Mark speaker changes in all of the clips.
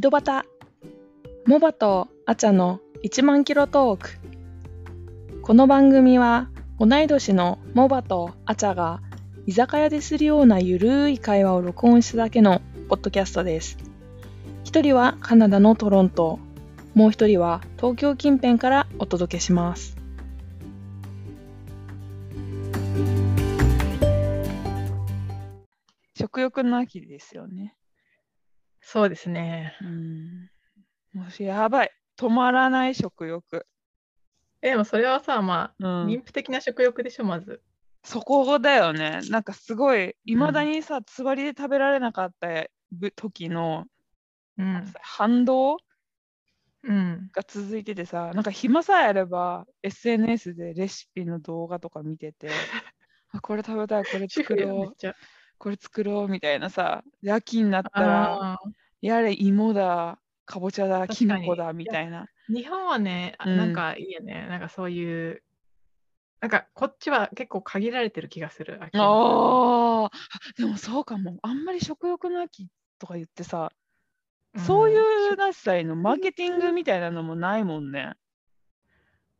Speaker 1: ドバタモバとアチャの1万キロトークこの番組は同い年のモバとアチャが居酒屋でするようなゆるい会話を録音しただけのポッドキャストです一人はカナダのトロントもう一人は東京近辺からお届けします
Speaker 2: 食欲の秋ですよね。
Speaker 1: そうですね
Speaker 2: うん。もしやばい。止まらない食欲。
Speaker 3: えでもそれはさ、ま
Speaker 2: う
Speaker 3: あ、妊
Speaker 2: ん、
Speaker 3: 婦的な食欲でしょ、まず。
Speaker 2: そこだよね。なんかすごい、いまだにさ、つわりで食べられなかったぶ時の
Speaker 3: うん。
Speaker 2: 反動
Speaker 3: うん。
Speaker 2: が続いててさ、なんか暇さえあれば、SNS でレシピの動画とか見て て、あこれ食べたい、これ
Speaker 3: 主
Speaker 2: 作
Speaker 3: 婦よ、めっ
Speaker 2: ろう、
Speaker 3: ちゃ。
Speaker 2: これ作ろうみたいなさ、で秋になったら、
Speaker 3: あー
Speaker 2: やれ芋だ、かぼちゃだ、き
Speaker 3: 確か
Speaker 2: の
Speaker 3: に
Speaker 2: こだみたいな。
Speaker 3: 日本はね、あ
Speaker 2: うん
Speaker 3: なんかいいよね、なんかそういう、なんかこっちは結構限られてる気がする。秋
Speaker 2: ああ、 でもそうかも。あんまり食欲の秋とか言ってさ、
Speaker 3: うん
Speaker 2: そういうなさいのマーケティングみたいなのもないもんね。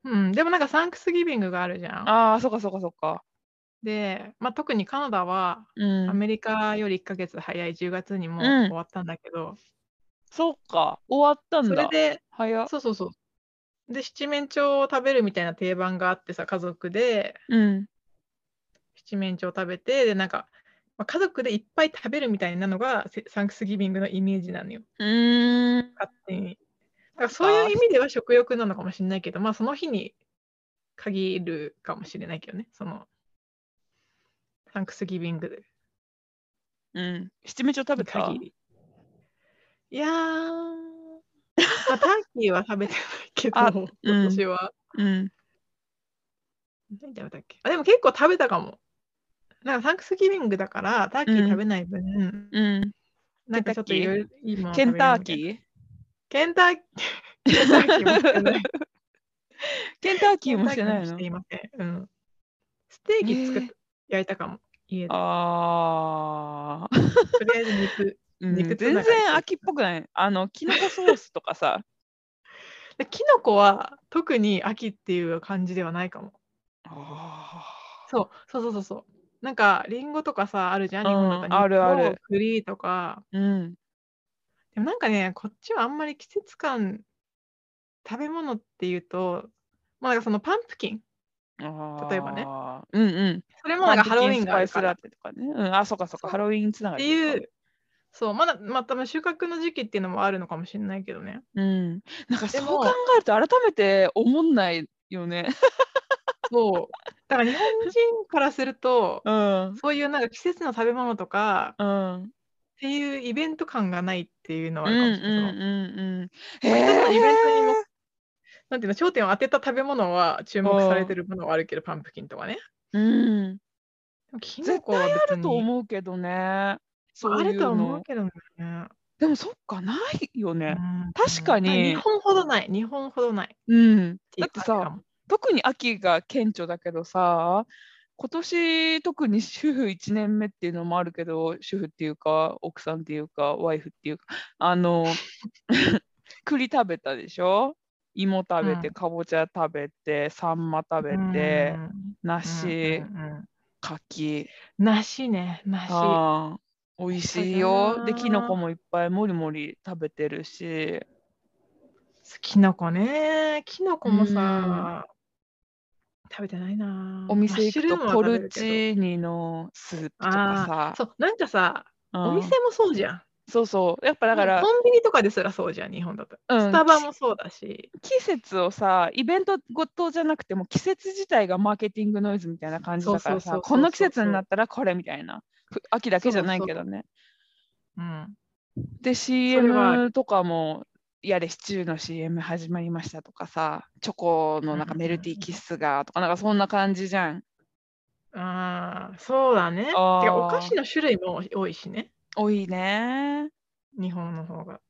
Speaker 3: うん、でもなんかサンクスギビングがあるじゃん。
Speaker 2: ああ、そっかそっかそっか。
Speaker 3: で、まあ、特にカナダは
Speaker 2: う
Speaker 3: ア
Speaker 2: ん。
Speaker 3: メリカより1ヶ月早い10月にも
Speaker 2: うん
Speaker 3: 終わったんだけど、
Speaker 2: そっか、終わったん
Speaker 3: それ
Speaker 2: だ。
Speaker 3: で、
Speaker 2: 早っ。
Speaker 3: そうそうそう。で、七面鳥を食べるみたいな定番があってさ、家族で、
Speaker 2: うん。
Speaker 3: 七面鳥を食べてでなんか、まあ、家族でいっぱい食べるみたいなのがセサンクスギビングのイメージなのよ
Speaker 2: うーん。
Speaker 3: 勝手にだからそういう意味では食欲なのかもしれないけどまあその日に限るかもしれないけどねそのサンクスギビング
Speaker 2: うん。七味鳥食べ
Speaker 3: に
Speaker 2: た
Speaker 3: 限りいやー、まあ、ターキーは食べてないけ
Speaker 2: あ
Speaker 3: ど今年は、
Speaker 2: うん。
Speaker 3: 何食べたっけあでも結構食べたかもなんかサンクスギビングだからターキ
Speaker 2: うん
Speaker 3: ー食べない分、
Speaker 2: うん。
Speaker 3: なんかちょっと
Speaker 2: ケンタッキ
Speaker 3: い
Speaker 2: ー
Speaker 3: ろいろいいもの
Speaker 2: ケンター
Speaker 3: ー。
Speaker 2: キ
Speaker 3: ケンタッキー。ケンターキーもしてない
Speaker 2: ーケンターキーもしてない
Speaker 3: ケンタッキーもし
Speaker 2: の
Speaker 3: ていません。うん。ステーキ作っ、
Speaker 2: えー
Speaker 3: 焼いたかも。家で。
Speaker 2: ああ。
Speaker 3: とりあえず肉。
Speaker 2: うん
Speaker 3: 肉
Speaker 2: 全
Speaker 3: つながり
Speaker 2: 然秋っぽくない。あの、キノコソースとか さ。
Speaker 3: でキノコは特に秋っていう感じではないかも。
Speaker 2: あ
Speaker 3: そうそうそうそうそう。なんかリンゴとかさあるじゃん、
Speaker 2: うん
Speaker 3: 日本の中に
Speaker 2: あるある。
Speaker 3: 栗とか。
Speaker 2: あ。うん。
Speaker 3: でもなんかね、こっちはあんまり季節感、食べ物っていうと、まあなんかそのパンプキン。例えばね
Speaker 2: あー。うんうん。
Speaker 3: それも
Speaker 2: ま
Speaker 3: な
Speaker 2: あ、
Speaker 3: んかハロウィーン
Speaker 2: ス
Speaker 3: があ
Speaker 2: パイ
Speaker 3: る
Speaker 2: ス
Speaker 3: から
Speaker 2: ラテとかね。うん、あ、そうかそう
Speaker 3: そ
Speaker 2: か、
Speaker 3: う
Speaker 2: ハロウィーンつなが
Speaker 3: っ
Speaker 2: り
Speaker 3: て
Speaker 2: とか
Speaker 3: いう、そう、まだ、まあ、多分収穫の時期っていうのもあるのかもしれないけどね。
Speaker 2: うん。なんかそ
Speaker 3: で
Speaker 2: う
Speaker 3: も
Speaker 2: 考えると改めて思んないよね。
Speaker 3: そう。だから日本人からすると、
Speaker 2: うん。
Speaker 3: そういうなんか季節の食べ物とか
Speaker 2: うん。うん
Speaker 3: っていうイベント感がないっていうのは
Speaker 2: うん
Speaker 3: あ
Speaker 2: うん
Speaker 3: るかもしれない。その
Speaker 2: うん。へ
Speaker 3: 一つのイベントに
Speaker 2: え
Speaker 3: も、なんていうの、焦点を当てた食べ物は注目されてるものはあるけど、パンプキンとかね。
Speaker 2: うん。
Speaker 3: でもキ
Speaker 2: 絶
Speaker 3: ノコは
Speaker 2: 対あ
Speaker 3: 別
Speaker 2: ると
Speaker 3: に。
Speaker 2: 思うけどね。そう
Speaker 3: あ
Speaker 2: いう
Speaker 3: るとは思
Speaker 2: の
Speaker 3: う。けどね。
Speaker 2: でもそっか、ないよね。
Speaker 3: うん
Speaker 2: 確かに
Speaker 3: 日本ほどない。日本ほどない。
Speaker 2: うん。
Speaker 3: てい
Speaker 2: だって
Speaker 3: う感じか
Speaker 2: さ、
Speaker 3: も、
Speaker 2: 特に秋が顕著だけどさ、今年特に主婦1年目っていうのもあるけど、主婦っていうか、奥さんっていうか、ワイフっていうか、あ の、栗食べたでしょ芋食べて、
Speaker 3: うん
Speaker 2: かぼちゃ食べて、さんま食べ
Speaker 3: う
Speaker 2: て
Speaker 3: ん、うん
Speaker 2: 梨、
Speaker 3: うんうんうん
Speaker 2: 柿、
Speaker 3: 梨ね、梨。
Speaker 2: あー美味しいよ。で、
Speaker 3: そうだな
Speaker 2: きのこもいっぱいもりもり食べてるし、
Speaker 3: きのこね、きのこもさ、食べてないな。
Speaker 2: お店行くとポルチ
Speaker 3: チ
Speaker 2: ーニのスープとかさ、
Speaker 3: そう、なんかさ、
Speaker 2: うん
Speaker 3: お店もそうじゃん。
Speaker 2: そうそう、やっぱだから
Speaker 3: コ、ンビニとかですらそうじゃん、日本だと。
Speaker 2: うん
Speaker 3: スタバもそうだし、
Speaker 2: 季節をさイベントごとじゃなくても季節自体がマーケティングノイズみたいな感じだからさ
Speaker 3: そうそうそうそう
Speaker 2: この季節になったらこれみたいなふ秋だけじゃないけどね
Speaker 3: うん、
Speaker 2: で
Speaker 3: はあ
Speaker 2: CM とかもやれシチューの CM 始まりましたとかさチョコのなんか
Speaker 3: うん
Speaker 2: メルティーキッスがとかなんかそんな感じじゃん
Speaker 3: あーそうだね。て
Speaker 2: あー
Speaker 3: かお菓子の種類も多いしね、
Speaker 2: 多いね
Speaker 3: 日本の方が。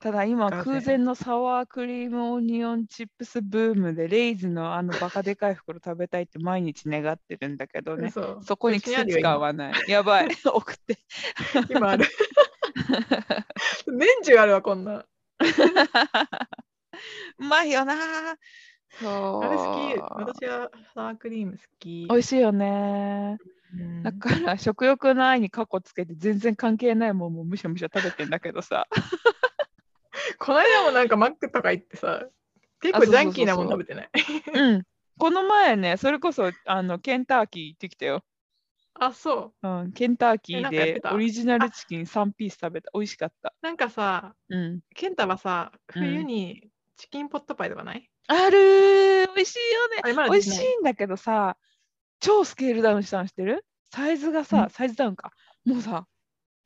Speaker 2: ただ今
Speaker 3: ガゼ
Speaker 2: 空前のサワークリームオニオンチップスブームでレイズのあのバカでかい袋食べたいって毎日願ってるんだけどね
Speaker 3: そう
Speaker 2: そこに季節感は ない。やばい、送って。
Speaker 3: 今ある。年中あるわ、こんな。
Speaker 2: うまいよな。そう。
Speaker 3: あれ好き。私はサワークリーム好き。
Speaker 2: 美味しいよね。
Speaker 3: うん
Speaker 2: だから食欲の愛にカッコつけて全然関係ないもんもむしゃむしゃ食べてんだけどさ。
Speaker 3: この間もなんかマックとか行ってさ、結構ジャンキーなもの食べてない。
Speaker 2: うん。この前ね、それこそあのケンターキー行ってきたよ。
Speaker 3: あ、そう。
Speaker 2: うん、ケンターキ
Speaker 3: えな
Speaker 2: ー
Speaker 3: んかやって
Speaker 2: で
Speaker 3: た
Speaker 2: オリジナルチキン3ピース食べた。美味しかった。
Speaker 3: なんかさ、
Speaker 2: うん。
Speaker 3: ケンタはさ、
Speaker 2: うん
Speaker 3: 冬にチキンポットパイとかない、
Speaker 2: あるー美味しいよね
Speaker 3: あれまだ
Speaker 2: 美
Speaker 3: で
Speaker 2: 味
Speaker 3: きな
Speaker 2: し
Speaker 3: い。
Speaker 2: いんだけどさ超スケールダウンしたのしてるサイズがさ、
Speaker 3: うん
Speaker 2: サイズダウンかもうさ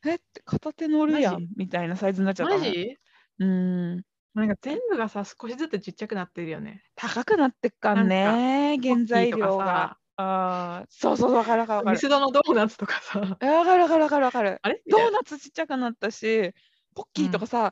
Speaker 2: えって片手乗るや
Speaker 3: マ
Speaker 2: んみたいなサイズになっちゃった
Speaker 3: マ
Speaker 2: の
Speaker 3: ジ
Speaker 2: うん
Speaker 3: なんか全部がさ、少しずつちっちゃくなってるよね。
Speaker 2: 高くなってっかんね原材料があーそうそうわかるわかる
Speaker 3: ポ
Speaker 2: わか
Speaker 3: ッキーとかさ。ミ
Speaker 2: る
Speaker 3: スドのドーナツとかさ。
Speaker 2: えわかるわかるわかるわかる
Speaker 3: あれみ
Speaker 2: ド
Speaker 3: たい
Speaker 2: ー
Speaker 3: な
Speaker 2: ナツちっちゃくなったしポッキ
Speaker 3: う
Speaker 2: ー
Speaker 3: ん
Speaker 2: とかさ、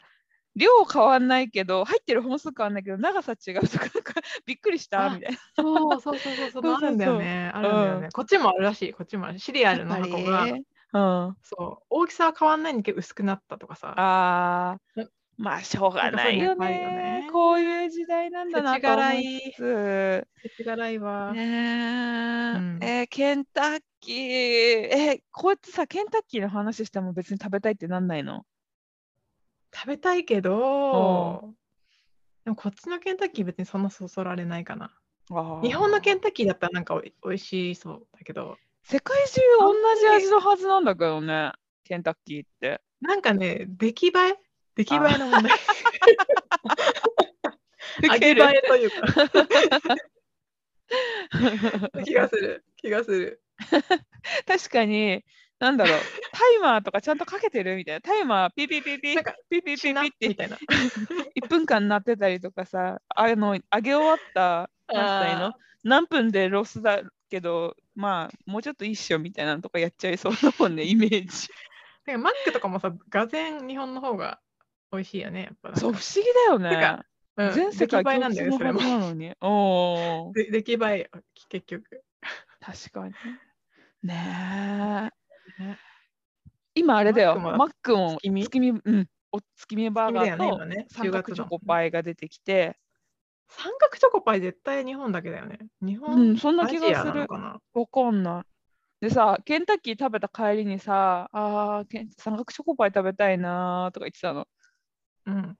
Speaker 2: 量変わんないけど入ってる本数変わんないけど長さ違うとかなんかびっくりした
Speaker 3: あ
Speaker 2: みたいな
Speaker 3: そうそうそう そ
Speaker 2: そうそう
Speaker 3: うそう
Speaker 2: そう
Speaker 3: あるんだよね。あるんだよね。こっちもあるらしい。こっちもある。シリアルの
Speaker 2: やっぱり
Speaker 3: 箱が。
Speaker 2: うん
Speaker 3: そう大きさは変わんないんだけど薄くなったとかさ。
Speaker 2: ああ
Speaker 3: え、
Speaker 2: まあしょうがないよね。
Speaker 3: なんか
Speaker 2: こういう時代なんだな
Speaker 3: 世
Speaker 2: と
Speaker 3: 知
Speaker 2: 思
Speaker 3: 辛い
Speaker 2: いつつ。
Speaker 3: 世知辛いわ。
Speaker 2: ねえ、
Speaker 3: うん
Speaker 2: えーケンタッキー、えーこうやってさ、ケンタッキーの話しても別に食べたいってなんないの
Speaker 3: 食べたいけど、でもこっちのケンタッキー別にそんなそそられないかな。日本のケ
Speaker 2: ン
Speaker 3: ンタッキーだったらなんかおいおいしそうだけど、
Speaker 2: 世界中
Speaker 3: あ
Speaker 2: 同
Speaker 3: んまり
Speaker 2: じ味のはずなんだけどね、ケンタッキーって。
Speaker 3: なんかね、出来栄え出来栄えの問題。
Speaker 2: ウ
Speaker 3: 揚
Speaker 2: ケ
Speaker 3: げ
Speaker 2: る
Speaker 3: 映えというか、気がする。気がする。
Speaker 2: 確かに、なんだろう、タイマーとかちゃんとかけてるみたいな、タイマーピピピピ
Speaker 3: なんか
Speaker 2: ピピピ
Speaker 3: しな
Speaker 2: ピって
Speaker 3: みたいな。
Speaker 2: 1分間鳴ってたりとかさあの上げ終わった何歳の
Speaker 3: あ
Speaker 2: 何分でロスだけどまあもうちょっと一緒みたいなのとかやっちゃいそうだ もんねイメージ
Speaker 3: ーなんかマックとかもさ、がぜん日本の方が美味しいよね、やっぱなんか。
Speaker 2: そう不思議だよ
Speaker 3: て
Speaker 2: ね
Speaker 3: かうん
Speaker 2: 全世界
Speaker 3: 出来栄えな
Speaker 2: 共通の
Speaker 3: んだよね、それ
Speaker 2: は
Speaker 3: も
Speaker 2: ず。なのにおー
Speaker 3: で出来栄え、結局。
Speaker 2: 確かにねえ
Speaker 3: ね
Speaker 2: 今あれだよ
Speaker 3: マ
Speaker 2: マックも
Speaker 3: 月見
Speaker 2: 月見うんお月見バーガ
Speaker 3: だよ
Speaker 2: ー
Speaker 3: ね、
Speaker 2: と
Speaker 3: 今ね。
Speaker 2: 三角チョコ
Speaker 3: イ。
Speaker 2: パイが出てきて
Speaker 3: 三角チョコパイ絶対日本だけだよね。日本、
Speaker 2: うんそんな
Speaker 3: ア
Speaker 2: 気
Speaker 3: ジ
Speaker 2: が
Speaker 3: ア
Speaker 2: す
Speaker 3: な
Speaker 2: る
Speaker 3: のかな
Speaker 2: わかんない。でさ、ケンタッキー食べた帰りにさ、あーケン、三角チョコパイ食べたいなーとか言ってたの。
Speaker 3: うん。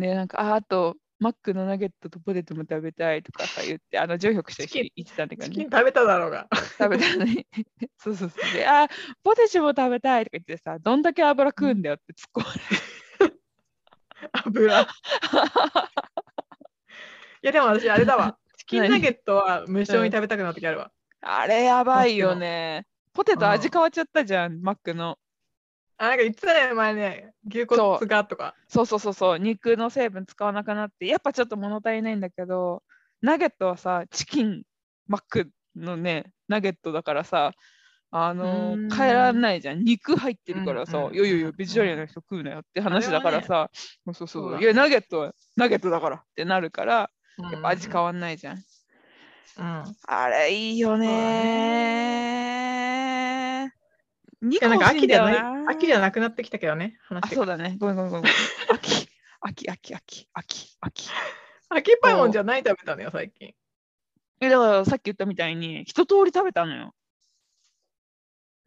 Speaker 2: で、なんか、あー、あと、マックのナゲットとポテトも食べたいとかさ言って、あの、住職と一緒に行ってたんだけ
Speaker 3: チ
Speaker 2: ど
Speaker 3: キン
Speaker 2: ね、
Speaker 3: 食べただろうが。
Speaker 2: 食べたのに。 そうそうそう。で、あー、ポテチも食べたいとか言ってさ、どんだけ油食うんだよって突っ込まれて。
Speaker 3: 油。 いやでも私あれ だわ。チキンナゲットは無償に食べたくなる時あるわ。
Speaker 2: あれやばいよね。ポテト味変わっちゃったじゃん、マックの。
Speaker 3: あ、なんか言ってたね、前ね。牛骨がとか。
Speaker 2: そうそうそうそう肉の成分使わなくなってやっぱちょっと物足りないんだけどナゲットはさチキンマックのねナゲットだからさあの
Speaker 3: うーん
Speaker 2: 変えられないじゃん肉入ってるからさ、
Speaker 3: うんうんうんうん
Speaker 2: よいよいよベジタリアンの人食うなよって話だからさ、そうそうそう
Speaker 3: そうだ
Speaker 2: いやナゲットはナゲットだからってなるからやっぱ味変
Speaker 3: わ
Speaker 2: わんないじゃん、
Speaker 3: うん。
Speaker 2: あれいいよ
Speaker 3: だ
Speaker 2: ね
Speaker 3: い
Speaker 2: 肉
Speaker 3: やなんか
Speaker 2: 欲しい
Speaker 3: 秋
Speaker 2: んだ
Speaker 3: じゃ
Speaker 2: よ
Speaker 3: ない、秋じゃなくなってきたけどね、
Speaker 2: あ、
Speaker 3: 話
Speaker 2: そ
Speaker 3: が。
Speaker 2: うだね。ごめんごめんごめん。秋、秋、秋、秋、秋、秋。
Speaker 3: 秋パイモンじゃない食べたのよ、最近。
Speaker 2: えだからさっき言ったみたいに、一通り食べたのよ。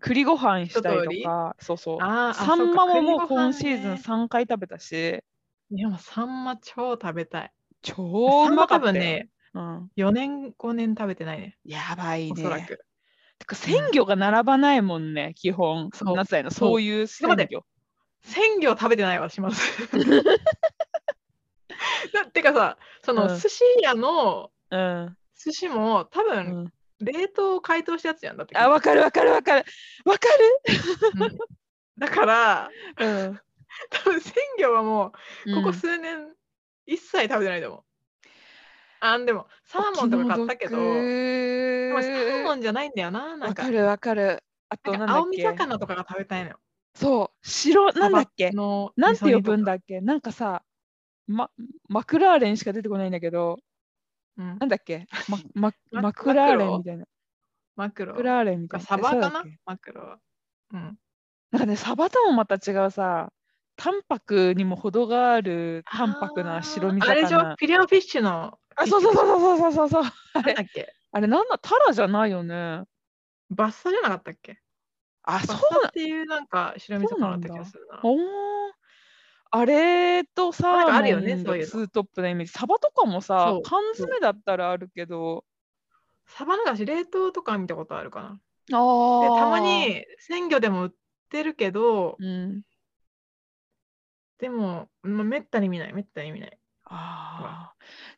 Speaker 2: 栗ご飯した
Speaker 3: 一通
Speaker 2: り
Speaker 3: り
Speaker 2: とか、そうそう。
Speaker 3: あーあ
Speaker 2: サンマもも
Speaker 3: そううか栗ご飯
Speaker 2: 今
Speaker 3: ね
Speaker 2: シーズン3回食べたし、
Speaker 3: いやもうサンマ超食べたい。
Speaker 2: 超うまか
Speaker 3: 多
Speaker 2: ったよ
Speaker 3: 分、ね、
Speaker 2: うん。
Speaker 3: 4年、5年食べてないね。
Speaker 2: やばい
Speaker 3: お
Speaker 2: ね。
Speaker 3: そらく。
Speaker 2: てか鮮魚が並ばないもんね、基本。
Speaker 3: そう
Speaker 2: 夏菜の
Speaker 3: そう
Speaker 2: そういう鮮
Speaker 3: ちょっ
Speaker 2: 魚。
Speaker 3: 鮮魚食べてないわします。 だてかさその
Speaker 2: うん
Speaker 3: 寿司屋の
Speaker 2: うん。
Speaker 3: 寿司も多
Speaker 2: う
Speaker 3: 分
Speaker 2: ん、
Speaker 3: 冷凍解凍したやつやんだって
Speaker 2: あ、わかるわかるわかる。わか
Speaker 3: うんだから
Speaker 2: る、
Speaker 3: 多分鮮魚はも
Speaker 2: う、
Speaker 3: うんここ数年一切食べてないと思う、あんでもサーモンとか買ったけど
Speaker 2: お気の
Speaker 3: でも
Speaker 2: 毒
Speaker 3: サーモンじゃないんだよなな
Speaker 2: わ
Speaker 3: んか
Speaker 2: かるわかる。あと
Speaker 3: な
Speaker 2: なんん
Speaker 3: か
Speaker 2: だっ
Speaker 3: 青身
Speaker 2: け
Speaker 3: 魚とかが食べたいのよ
Speaker 2: そう、白、なんだっけ
Speaker 3: サバの
Speaker 2: なんて呼ぶん
Speaker 3: だ、
Speaker 2: だっけなんかさ、ま、マクラーレンしか出てこないんだけど、
Speaker 3: うん
Speaker 2: なんだっけま、ま、
Speaker 3: マ
Speaker 2: マクラーレ
Speaker 3: マク
Speaker 2: ン
Speaker 3: ロ
Speaker 2: みたいな。
Speaker 3: マクロ
Speaker 2: マクラーレンみたいな。
Speaker 3: サバ
Speaker 2: えそう
Speaker 3: か
Speaker 2: だっ
Speaker 3: な
Speaker 2: け
Speaker 3: マクロはうん
Speaker 2: なんかね、サバともまた違うさ、淡白にも程がある淡白な白身魚。
Speaker 3: あれでしょピレオフィッシュの。
Speaker 2: あそうそうそうそうそうそうそう。あ
Speaker 3: なん
Speaker 2: れ
Speaker 3: だっけ
Speaker 2: あれなんだタラじゃないよね。
Speaker 3: バッサじゃなかったっけ
Speaker 2: あ
Speaker 3: バッ
Speaker 2: そ
Speaker 3: サ
Speaker 2: う
Speaker 3: っ
Speaker 2: な
Speaker 3: ていうなんか白身魚だった気がするな。
Speaker 2: おーあれと
Speaker 3: な
Speaker 2: さ
Speaker 3: んかあるよねそういうの
Speaker 2: ツートップのイメージサバとかもさ
Speaker 3: そう
Speaker 2: 缶詰だったらあるけど
Speaker 3: サバ流し冷凍とか見たことあるかな。
Speaker 2: あ
Speaker 3: で
Speaker 2: ー
Speaker 3: たま、に鮮魚でも売ってるけど、
Speaker 2: うん、
Speaker 3: でも、まあ、めったに見ないめったに見ない。
Speaker 2: あ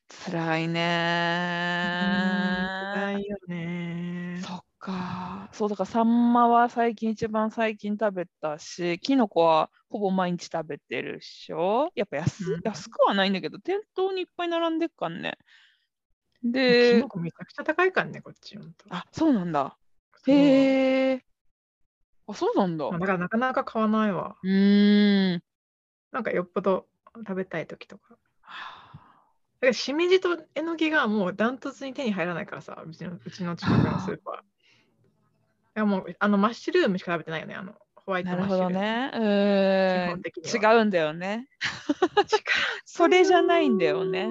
Speaker 2: ー辛いねー
Speaker 3: ないよね。
Speaker 2: そっかそうだからサンマは最近一番最近食べたしキノコはほぼ毎日食べてるっしょやっぱ安,、
Speaker 3: うん
Speaker 2: 安くはないんだけど店頭にいっぱい並んでっかんね
Speaker 3: キ
Speaker 2: で
Speaker 3: ノコめちゃくちゃ高いからね、こっち。ほんと
Speaker 2: あそうなんだ
Speaker 3: そう
Speaker 2: へえ。あ、そうなんだ。
Speaker 3: まあ
Speaker 2: う
Speaker 3: だからなかなか買わないわ。
Speaker 2: ーん。
Speaker 3: なんかよっぽど食べたい時とか。
Speaker 2: は
Speaker 3: だからしめじとえのきがもうダントツに手に入らないからさ、うちのうちの近くのスーパー。だからもうあのマッシュルームしか食べてないよね、あのホワ
Speaker 2: あ
Speaker 3: イト
Speaker 2: な
Speaker 3: マ
Speaker 2: る
Speaker 3: ッシ
Speaker 2: ほ
Speaker 3: ュルー
Speaker 2: ど
Speaker 3: ム。
Speaker 2: ね。う
Speaker 3: 基
Speaker 2: ーん
Speaker 3: 本。的には。
Speaker 2: 違うんだよね。そ
Speaker 3: そ
Speaker 2: れじゃないんだよね。。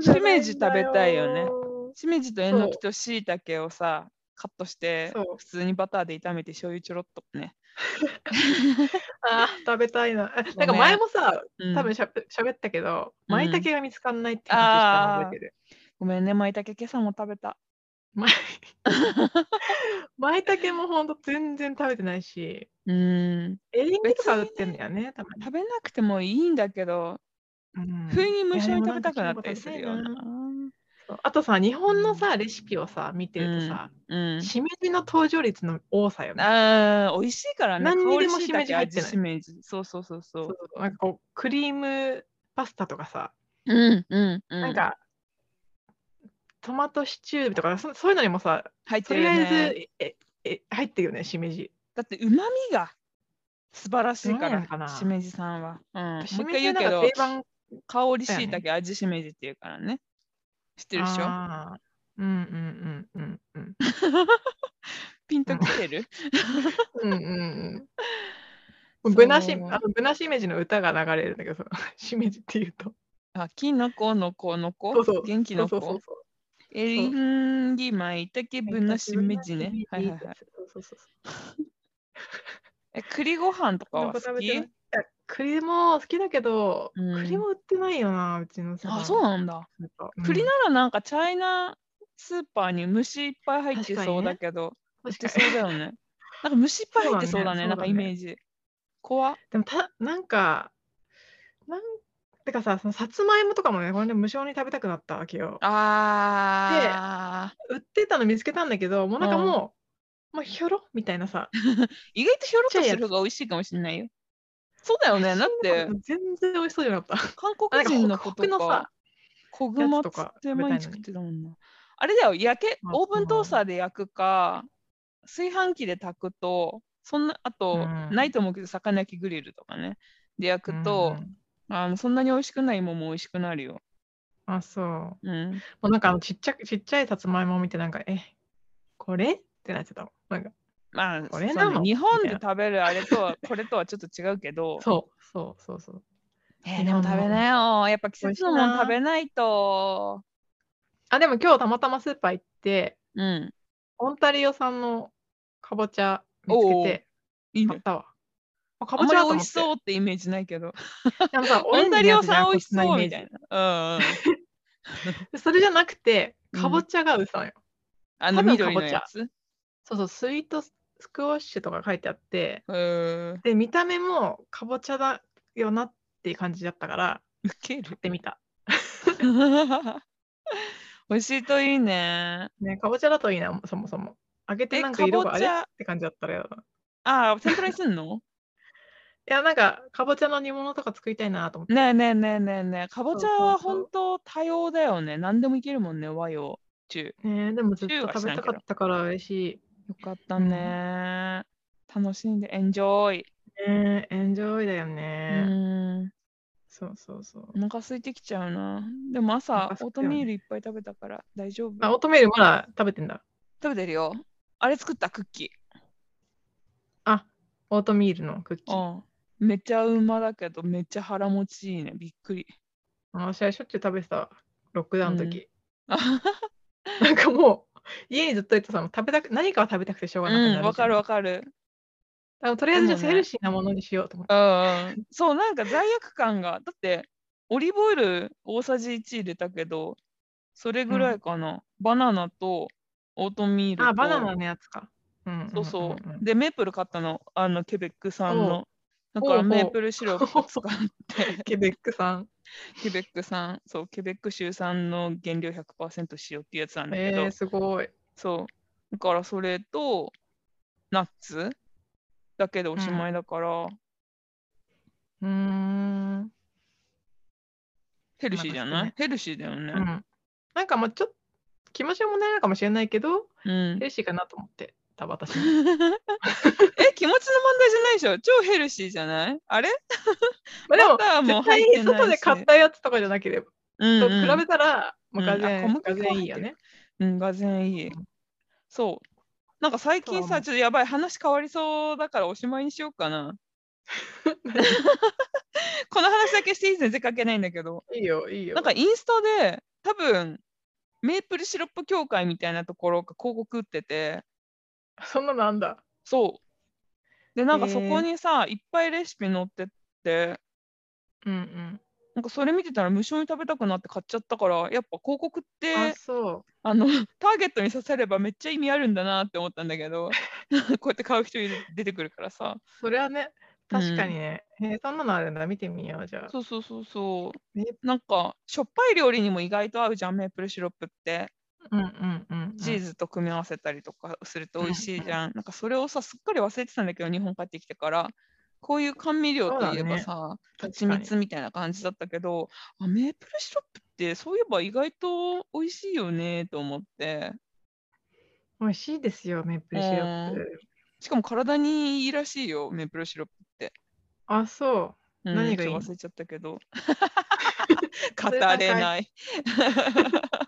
Speaker 2: しめじ食べたいよね。しめじとえのきとしいたけをさ、カットして
Speaker 3: そう、
Speaker 2: 普通にバターで炒めて醤油ちょろっとね。
Speaker 3: あー食べたいな。え
Speaker 2: ごめ
Speaker 3: なん
Speaker 2: ん
Speaker 3: か前もさ、
Speaker 2: うん
Speaker 3: 多分しゃべ喋ったけど、
Speaker 2: うん
Speaker 3: 舞茸が見つかんないって話したの覚えてる。
Speaker 2: ごめんね、まいたけ今朝も食べた。
Speaker 3: 舞舞茸もほんと全然食べてないし、
Speaker 2: うーん。
Speaker 3: エリンギとか売ってんだよね、たまに。
Speaker 2: 食べなくてもいいんだけど、
Speaker 3: うん
Speaker 2: 不意に無性
Speaker 3: いやで
Speaker 2: に食
Speaker 3: も
Speaker 2: べ
Speaker 3: なんか
Speaker 2: たくなったりするよ
Speaker 3: キノ
Speaker 2: な
Speaker 3: コ。そうあとさ、日本のさ、レシピをさ、見てるとさ、
Speaker 2: うん。
Speaker 3: しめじの登場率の多さよね。
Speaker 2: あー美味しいからね。
Speaker 3: 何にでも
Speaker 2: 香り椎茸
Speaker 3: しめじ入ってない
Speaker 2: 味しめじそうそうそうそ
Speaker 3: そう
Speaker 2: う。
Speaker 3: そうなんかこう、クリームパスタとかさ、
Speaker 2: うんうんうん。
Speaker 3: なんか、トマトシチューとかそ、そういうのにもさ、
Speaker 2: 入って
Speaker 3: と
Speaker 2: る
Speaker 3: り
Speaker 2: よ
Speaker 3: あ
Speaker 2: ね、
Speaker 3: えず、ええ入ってるよね、しめじ。
Speaker 2: だってうまみが素晴らしいか
Speaker 3: うまい
Speaker 2: ら
Speaker 3: のかな
Speaker 2: しめじさんは。うん。もう
Speaker 3: し
Speaker 2: 一
Speaker 3: め
Speaker 2: 回
Speaker 3: じ
Speaker 2: 言
Speaker 3: は
Speaker 2: う
Speaker 3: なん
Speaker 2: け
Speaker 3: か
Speaker 2: ど
Speaker 3: 定、番っ
Speaker 2: 香り椎茸味しめじっていうからね。知ってるでしょ
Speaker 3: うんうんうんうん うん。
Speaker 2: ピンときてる
Speaker 3: うんうん
Speaker 2: そう
Speaker 3: うん。ぶなし、あのぶなしめじの歌が流れるんだけど、しめじっていうと。
Speaker 2: あ、きのこのこのこ。
Speaker 3: そうそう
Speaker 2: 元気の
Speaker 3: そうそうそう
Speaker 2: こ。
Speaker 3: そう。
Speaker 2: エリンギマイタケぶなしめじね。はいはいはい。。
Speaker 3: そうそうそう。
Speaker 2: え、栗ご飯とか
Speaker 3: なん
Speaker 2: は
Speaker 3: か
Speaker 2: 好
Speaker 3: 食べてない
Speaker 2: き
Speaker 3: いや栗も好きだけど、
Speaker 2: うん
Speaker 3: 栗も売ってないよな、うちのさ。
Speaker 2: あ、そうなんだ。
Speaker 3: なんかうん
Speaker 2: 栗ならなんかチャイナスーパーに虫いっぱい入ってそうだけど、売っ
Speaker 3: 確
Speaker 2: て
Speaker 3: か
Speaker 2: そう
Speaker 3: に
Speaker 2: だよね。なんか虫いっぱい入ってそうだね、
Speaker 3: そうだね
Speaker 2: なんかイメージ。怖っ
Speaker 3: でもた、なんか、なんてかさ、そのさつまいもとかもね、これで無償に食べたくなったわけよ。
Speaker 2: あ
Speaker 3: 売ってたの見つけたんだけど、もうなんかもう、もうひょろみたいなさ。
Speaker 2: ー。意外とひょろっとする方が美味しいかもしれないよ。そうだよね、だって
Speaker 3: 全然美味しそうじゃなかった。
Speaker 2: 韓国人の子と
Speaker 3: なんか北北の
Speaker 2: か
Speaker 3: さ、
Speaker 2: 子グマ
Speaker 3: やつ
Speaker 2: つ
Speaker 3: とか
Speaker 2: って毎日食ってたもんな。あれだよ、焼け、
Speaker 3: まあ
Speaker 2: オーブントースターで焼くか、炊飯器で炊くと、そんな、あと、
Speaker 3: うん
Speaker 2: ないと思うけど、魚焼きグリルとかね、で焼くと、
Speaker 3: うん
Speaker 2: あのそんなに美味しくないもんも美味しくなるよ。
Speaker 3: あ、そう。も
Speaker 2: うん。
Speaker 3: うなんかあのちっちゃく、ちっちゃいさつまいもを見て、なんか、え、これってなってたもん。なんか、
Speaker 2: まあ、
Speaker 3: これ
Speaker 2: そう
Speaker 3: な
Speaker 2: ね
Speaker 3: の
Speaker 2: 日本で
Speaker 3: みたい
Speaker 2: 食べるあれとは、 これとはちょっと違うけど、
Speaker 3: そう、そう、そう、そう。
Speaker 2: えーでも食べなよ。やっぱ季節のも
Speaker 3: 美味しい
Speaker 2: の
Speaker 3: な
Speaker 2: 食べないと。
Speaker 3: あ、でも今日たまたまスーパー行って、
Speaker 2: うん。
Speaker 3: オンタリオ産のかぼちゃ見つけて
Speaker 2: いい
Speaker 3: 買っ
Speaker 2: ね。
Speaker 3: たわ。あか
Speaker 2: あ
Speaker 3: ぼ
Speaker 2: ん
Speaker 3: ち
Speaker 2: ま
Speaker 3: ゃだ
Speaker 2: り美味
Speaker 3: と思っ。
Speaker 2: してそうってイメージないけど。
Speaker 3: でもさ、
Speaker 2: オンタリオさん美味し
Speaker 3: オ
Speaker 2: そう
Speaker 3: レ
Speaker 2: み
Speaker 3: ンジ
Speaker 2: た
Speaker 3: のやつじゃん
Speaker 2: い。な。うんうん。
Speaker 3: こっちのイメージそれじゃなくて、
Speaker 2: うん
Speaker 3: かぼちゃが売ってたのよ。
Speaker 2: あの
Speaker 3: 多分かぼちゃ
Speaker 2: 緑のやつ。
Speaker 3: そうそう、スイートスクワッシュとか書いてあって、
Speaker 2: うん。ウ
Speaker 3: で、見た目もかぼちゃだよなっていう感じだったから、
Speaker 2: ケ
Speaker 3: 買
Speaker 2: る
Speaker 3: っ。てみた。
Speaker 2: 美味しいといい ね。
Speaker 3: ね、かぼちゃだといいな、そもそも。揚げて
Speaker 2: え
Speaker 3: なんか色
Speaker 2: か
Speaker 3: が
Speaker 2: ぼ
Speaker 3: あ
Speaker 2: ち
Speaker 3: れ
Speaker 2: ゃ
Speaker 3: って感じだったら嫌だな。い
Speaker 2: ああ、天ぷらにすんの
Speaker 3: や、なんか、かぼちゃの煮物とか作りたいなと思って。
Speaker 2: ねえねえねえねえねえ。かぼちゃは
Speaker 3: そうそうそう
Speaker 2: 本当多様だよね。何でもいけるもんね、和洋中。
Speaker 3: ね、でもずっと
Speaker 2: 中はし
Speaker 3: 食
Speaker 2: な
Speaker 3: べ
Speaker 2: いけ
Speaker 3: た
Speaker 2: ど
Speaker 3: かったから嬉しい。
Speaker 2: よかったね。楽しんで、エンジョイ。
Speaker 3: ねえ、エンジョイだよ
Speaker 2: う
Speaker 3: ね。
Speaker 2: ん。
Speaker 3: そうそうそう。
Speaker 2: お腹空いてきちゃうな。でも
Speaker 3: お
Speaker 2: 朝
Speaker 3: 腹、空くよね
Speaker 2: オートミールいっぱい食べたから大丈夫。
Speaker 3: あ、オートメールまだ食べてんだ。
Speaker 2: 食べてるよ。あれ作ったクッキ
Speaker 3: あ、オートミールのクッキー。
Speaker 2: ー。うん。めっちゃ馬だけど、めっちゃ腹持ちいいね。びっく り。
Speaker 3: あ私はしょっちゅう食べてた、ロックダウンの時。なんかもう、家にずっといてたの、食べたく、何かを食べたくてしょうがなくな
Speaker 2: う
Speaker 3: る。
Speaker 2: ん、わかるわかる。
Speaker 3: る。とりあえずじゃあ
Speaker 2: でもね
Speaker 3: ヘルシーなものにしようと思って。
Speaker 2: うん、そうなんか罪悪感がだってオリーブオイル大さじ1入れたけどそれぐらいかな、バナナとオートミールと
Speaker 3: あ、バナナのやつか。うん。
Speaker 2: そうそう,、
Speaker 3: んんん
Speaker 2: でメープル買ったのあのケベック産のだか
Speaker 3: おうお
Speaker 2: ら
Speaker 3: う
Speaker 2: メープルシロップ使って
Speaker 3: ケベックさん。
Speaker 2: ケベック産そうケベック州産の原料100%使用っていうやつなんだけど、
Speaker 3: えー、すごい。
Speaker 2: そう。だからそれと、ナッツだけでおしまいだから、
Speaker 3: うーん。
Speaker 2: ヘルシーじゃ
Speaker 3: まあ
Speaker 2: ない、
Speaker 3: 確
Speaker 2: ヘルシーだよ
Speaker 3: う
Speaker 2: ね。
Speaker 3: ん。なんかまあちょっと気持ちは問題なのかもしれないけど、
Speaker 2: うん
Speaker 3: ヘ。ルシーかなと思って た私も。
Speaker 2: え、気持ちの問題じゃないでしょ超ヘルシーじゃないあれ
Speaker 3: まあでも
Speaker 2: バターも入
Speaker 3: 絶対
Speaker 2: ってないし
Speaker 3: 外で買ったやつとかじゃなければ、
Speaker 2: うん、
Speaker 3: と
Speaker 2: うん。
Speaker 3: 比べたら、もう
Speaker 2: うんあ
Speaker 3: がぜ
Speaker 2: 小
Speaker 3: ん、
Speaker 2: 麦粉
Speaker 3: がぜんいいよね。
Speaker 2: うん、がぜんいい。そう。なんか最近
Speaker 3: そう
Speaker 2: さ、ちょっとやばい、話変わりそうだからおしまいにしようか な。この話だけしていい全然関係ないんだけど。
Speaker 3: いいよ、いいよ。
Speaker 2: なんかインスタで多分メープルシロップ協会みたいなところが広告打ってて
Speaker 3: そんなのあんだ。
Speaker 2: そうでなんかそ
Speaker 3: へえ
Speaker 2: こにさいっぱいレシピ載ってって
Speaker 3: うんうん。
Speaker 2: なんかそれ見てたら無償に食べたくなって買っちゃったからやっぱ広告って
Speaker 3: あ、
Speaker 2: あ
Speaker 3: そ
Speaker 2: のターゲットに刺さればめっちゃ意味あるんだなって思ったんだけど こうやって買う人いる出てくるからさ
Speaker 3: う。それはね、確かにね。えーそんなのあるんだ。見てみよう、じゃあ。
Speaker 2: そうそうそうそう
Speaker 3: メ
Speaker 2: なんかしょっぱい料理にも意外と合うじゃんメープルシロップって
Speaker 3: うんうんうんうん。
Speaker 2: チーズと組み合わせたりとかすると美味しいじゃん。なんかそれをさ、すっかり忘れてたんだけど、日本帰ってきてから。こういう甘味料といえばさ、
Speaker 3: 確
Speaker 2: 蜂
Speaker 3: かに
Speaker 2: 蜜みたいな感じだったけどあ、メープルシロップってそういえば意外と美味しいよねと思って。
Speaker 3: 美味しいですよ、メープルシロッ
Speaker 2: う
Speaker 3: プ。
Speaker 2: しかも体にいいらしいよ、メープルシロップって。
Speaker 3: あ、そう。
Speaker 2: うん、
Speaker 3: 何がい
Speaker 2: ち
Speaker 3: い
Speaker 2: ょ
Speaker 3: の
Speaker 2: っと忘れちゃったけ ど。語
Speaker 3: それなんか
Speaker 2: れない。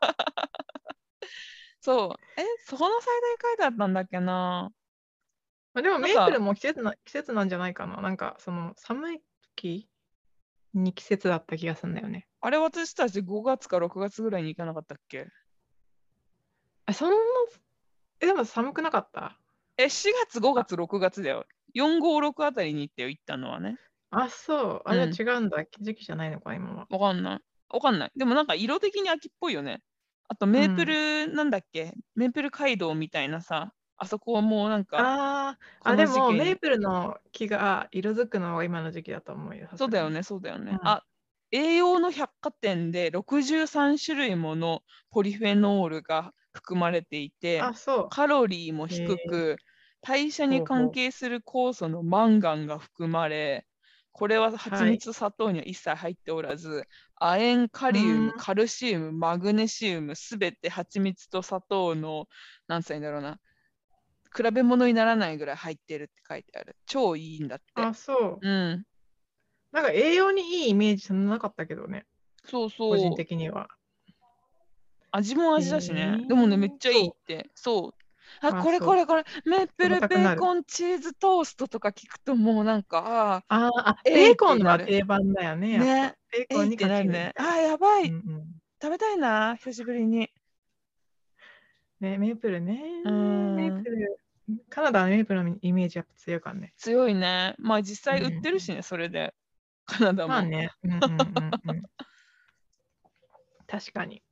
Speaker 2: そう。え、そこの最大回だったんだっけな
Speaker 3: まあ、でも
Speaker 2: なん
Speaker 3: メ
Speaker 2: か
Speaker 3: ープルも季節な季節なんじゃないかな。なんかその寒い時に季節だった気がするんだよね。
Speaker 2: あれ私たち5月か6月ぐらいに行かなかったっけ
Speaker 3: あ、そんな、え、でも寒くなかった
Speaker 2: え、4月、5月、6月だよ。4、5、6あたりに行ってよ、行ったのはね。
Speaker 3: あ、そう。あ、
Speaker 2: うん
Speaker 3: じゃあ違うんだ。時期じゃないのか、今は。
Speaker 2: わかんない。わかんない。でもなんか色的に秋っぽいよね。あとメープル、なんだっけ、メープル街道みたいなさ、あそこはもうなんか、
Speaker 3: あー
Speaker 2: こ
Speaker 3: あ、
Speaker 2: の
Speaker 3: で
Speaker 2: 時期
Speaker 3: も
Speaker 2: に
Speaker 3: メープルの木が色づくのは今の時期だと思うよ。さす
Speaker 2: そうだよ
Speaker 3: がに。
Speaker 2: ね、そうだよね。
Speaker 3: うん
Speaker 2: あ、栄養の百貨店で63種類ものポリフェノールが含まれていて、
Speaker 3: あ、そう。
Speaker 2: カロリーも低く、代謝に関係する酵素のマンガンが含まれ、これは蜂蜜砂糖には一切入っておらず、亜鉛、カリウ
Speaker 3: う
Speaker 2: ム
Speaker 3: ん、
Speaker 2: カルシウム、マグネシウム、すべて蜂蜜と砂糖の、なんつったらいいんだろうな、比べ物にならないぐらい入ってるって書いてある。超いいんだって。
Speaker 3: あ、そう。
Speaker 2: うん。
Speaker 3: なんか栄養にいいイメージそんななかったけどね。
Speaker 2: そうそ
Speaker 3: 個人
Speaker 2: う。
Speaker 3: 的には。
Speaker 2: 味も味だしね。
Speaker 3: へー
Speaker 2: でもね、めっちゃいいって。そう。あ、
Speaker 3: あ
Speaker 2: これ
Speaker 3: そう
Speaker 2: これこれ、メープル
Speaker 3: 食べた
Speaker 2: ベ
Speaker 3: くな
Speaker 2: ー
Speaker 3: る
Speaker 2: コンチーズトーストとか聞くともうなんか、ああ、
Speaker 3: あーあ、
Speaker 2: え
Speaker 3: ベ
Speaker 2: い
Speaker 3: ー
Speaker 2: っ
Speaker 3: コンは
Speaker 2: てなる
Speaker 3: 定番だよね。やっぱ
Speaker 2: ね、
Speaker 3: ベー
Speaker 2: え
Speaker 3: コン
Speaker 2: いっ
Speaker 3: に
Speaker 2: てなるね。あーやば
Speaker 3: か
Speaker 2: い、
Speaker 3: けるうんうん
Speaker 2: 食べたいな、久しぶりに。
Speaker 3: ね、メープルね。
Speaker 2: うん
Speaker 3: メープル。カナダはメープルのイメージやっぱ強いからね。
Speaker 2: 強いね。まあ実際売ってるしね、それで。カナダも。
Speaker 3: まあね。うんうんうん うん、確かに。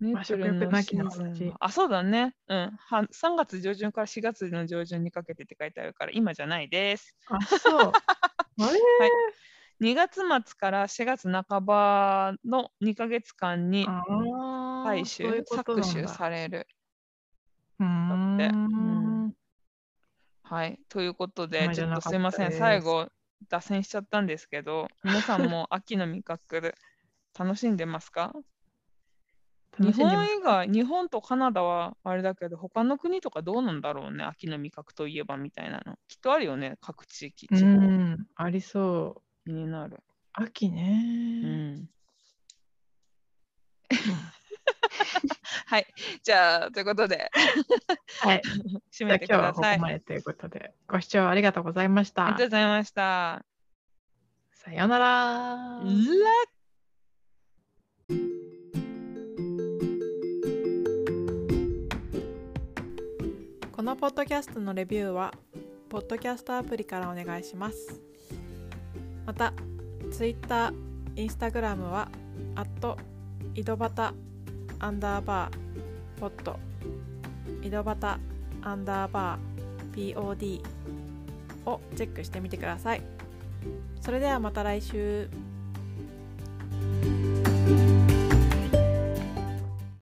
Speaker 2: メ
Speaker 3: まあ
Speaker 2: ープ
Speaker 3: 食
Speaker 2: ル
Speaker 3: 欲
Speaker 2: の
Speaker 3: な
Speaker 2: シ
Speaker 3: き
Speaker 2: ー
Speaker 3: の
Speaker 2: ズン
Speaker 3: 話
Speaker 2: はあ、そうだね。うんは。3月上旬から4月の上旬にかけてって書いてあるから、今じゃないです。
Speaker 3: あ、 そう。あれ
Speaker 2: 2月末から4月半ばの2ヶ月間に
Speaker 3: ああ。
Speaker 2: 採集、
Speaker 3: そういうことなんだ
Speaker 2: 搾取される。
Speaker 3: うーん
Speaker 2: だってうんはい。ということで、
Speaker 3: 今
Speaker 2: ち
Speaker 3: じゃ
Speaker 2: ょっ
Speaker 3: な
Speaker 2: と
Speaker 3: か
Speaker 2: す
Speaker 3: った
Speaker 2: いません。
Speaker 3: です
Speaker 2: 最後、脱線しちゃったんですけ ど、皆さんも秋の味覚、楽しんでますか日
Speaker 3: 楽しんでま
Speaker 2: 本
Speaker 3: す
Speaker 2: 以外、日本とカナダはあれだけど、他の国とかどうなんだろうね、秋の味覚といえばみたいなの。きっとあるよね、各地域、
Speaker 3: う
Speaker 2: 地方、
Speaker 3: ん、ありそう。
Speaker 2: 気になる。
Speaker 3: 秋
Speaker 2: う
Speaker 3: ね。
Speaker 2: ん、 はい。じゃあ、ということで、
Speaker 3: はい。
Speaker 2: 締
Speaker 3: じゃ
Speaker 2: め
Speaker 3: あ今
Speaker 2: てく
Speaker 3: 日は
Speaker 2: だ
Speaker 3: こ
Speaker 2: さい。
Speaker 3: こまでということで、ご視聴ありがとうございまし
Speaker 2: ありが
Speaker 3: た
Speaker 2: とう。ございました。
Speaker 3: さようなら。
Speaker 4: このポッドキャストのレビューはポッドキャストアプリからお願いしますまた Twitter、Instagram は井戸端アンダーバーポッド井戸端アンダーバー POD をチェックしてみてくださいそれではまた来週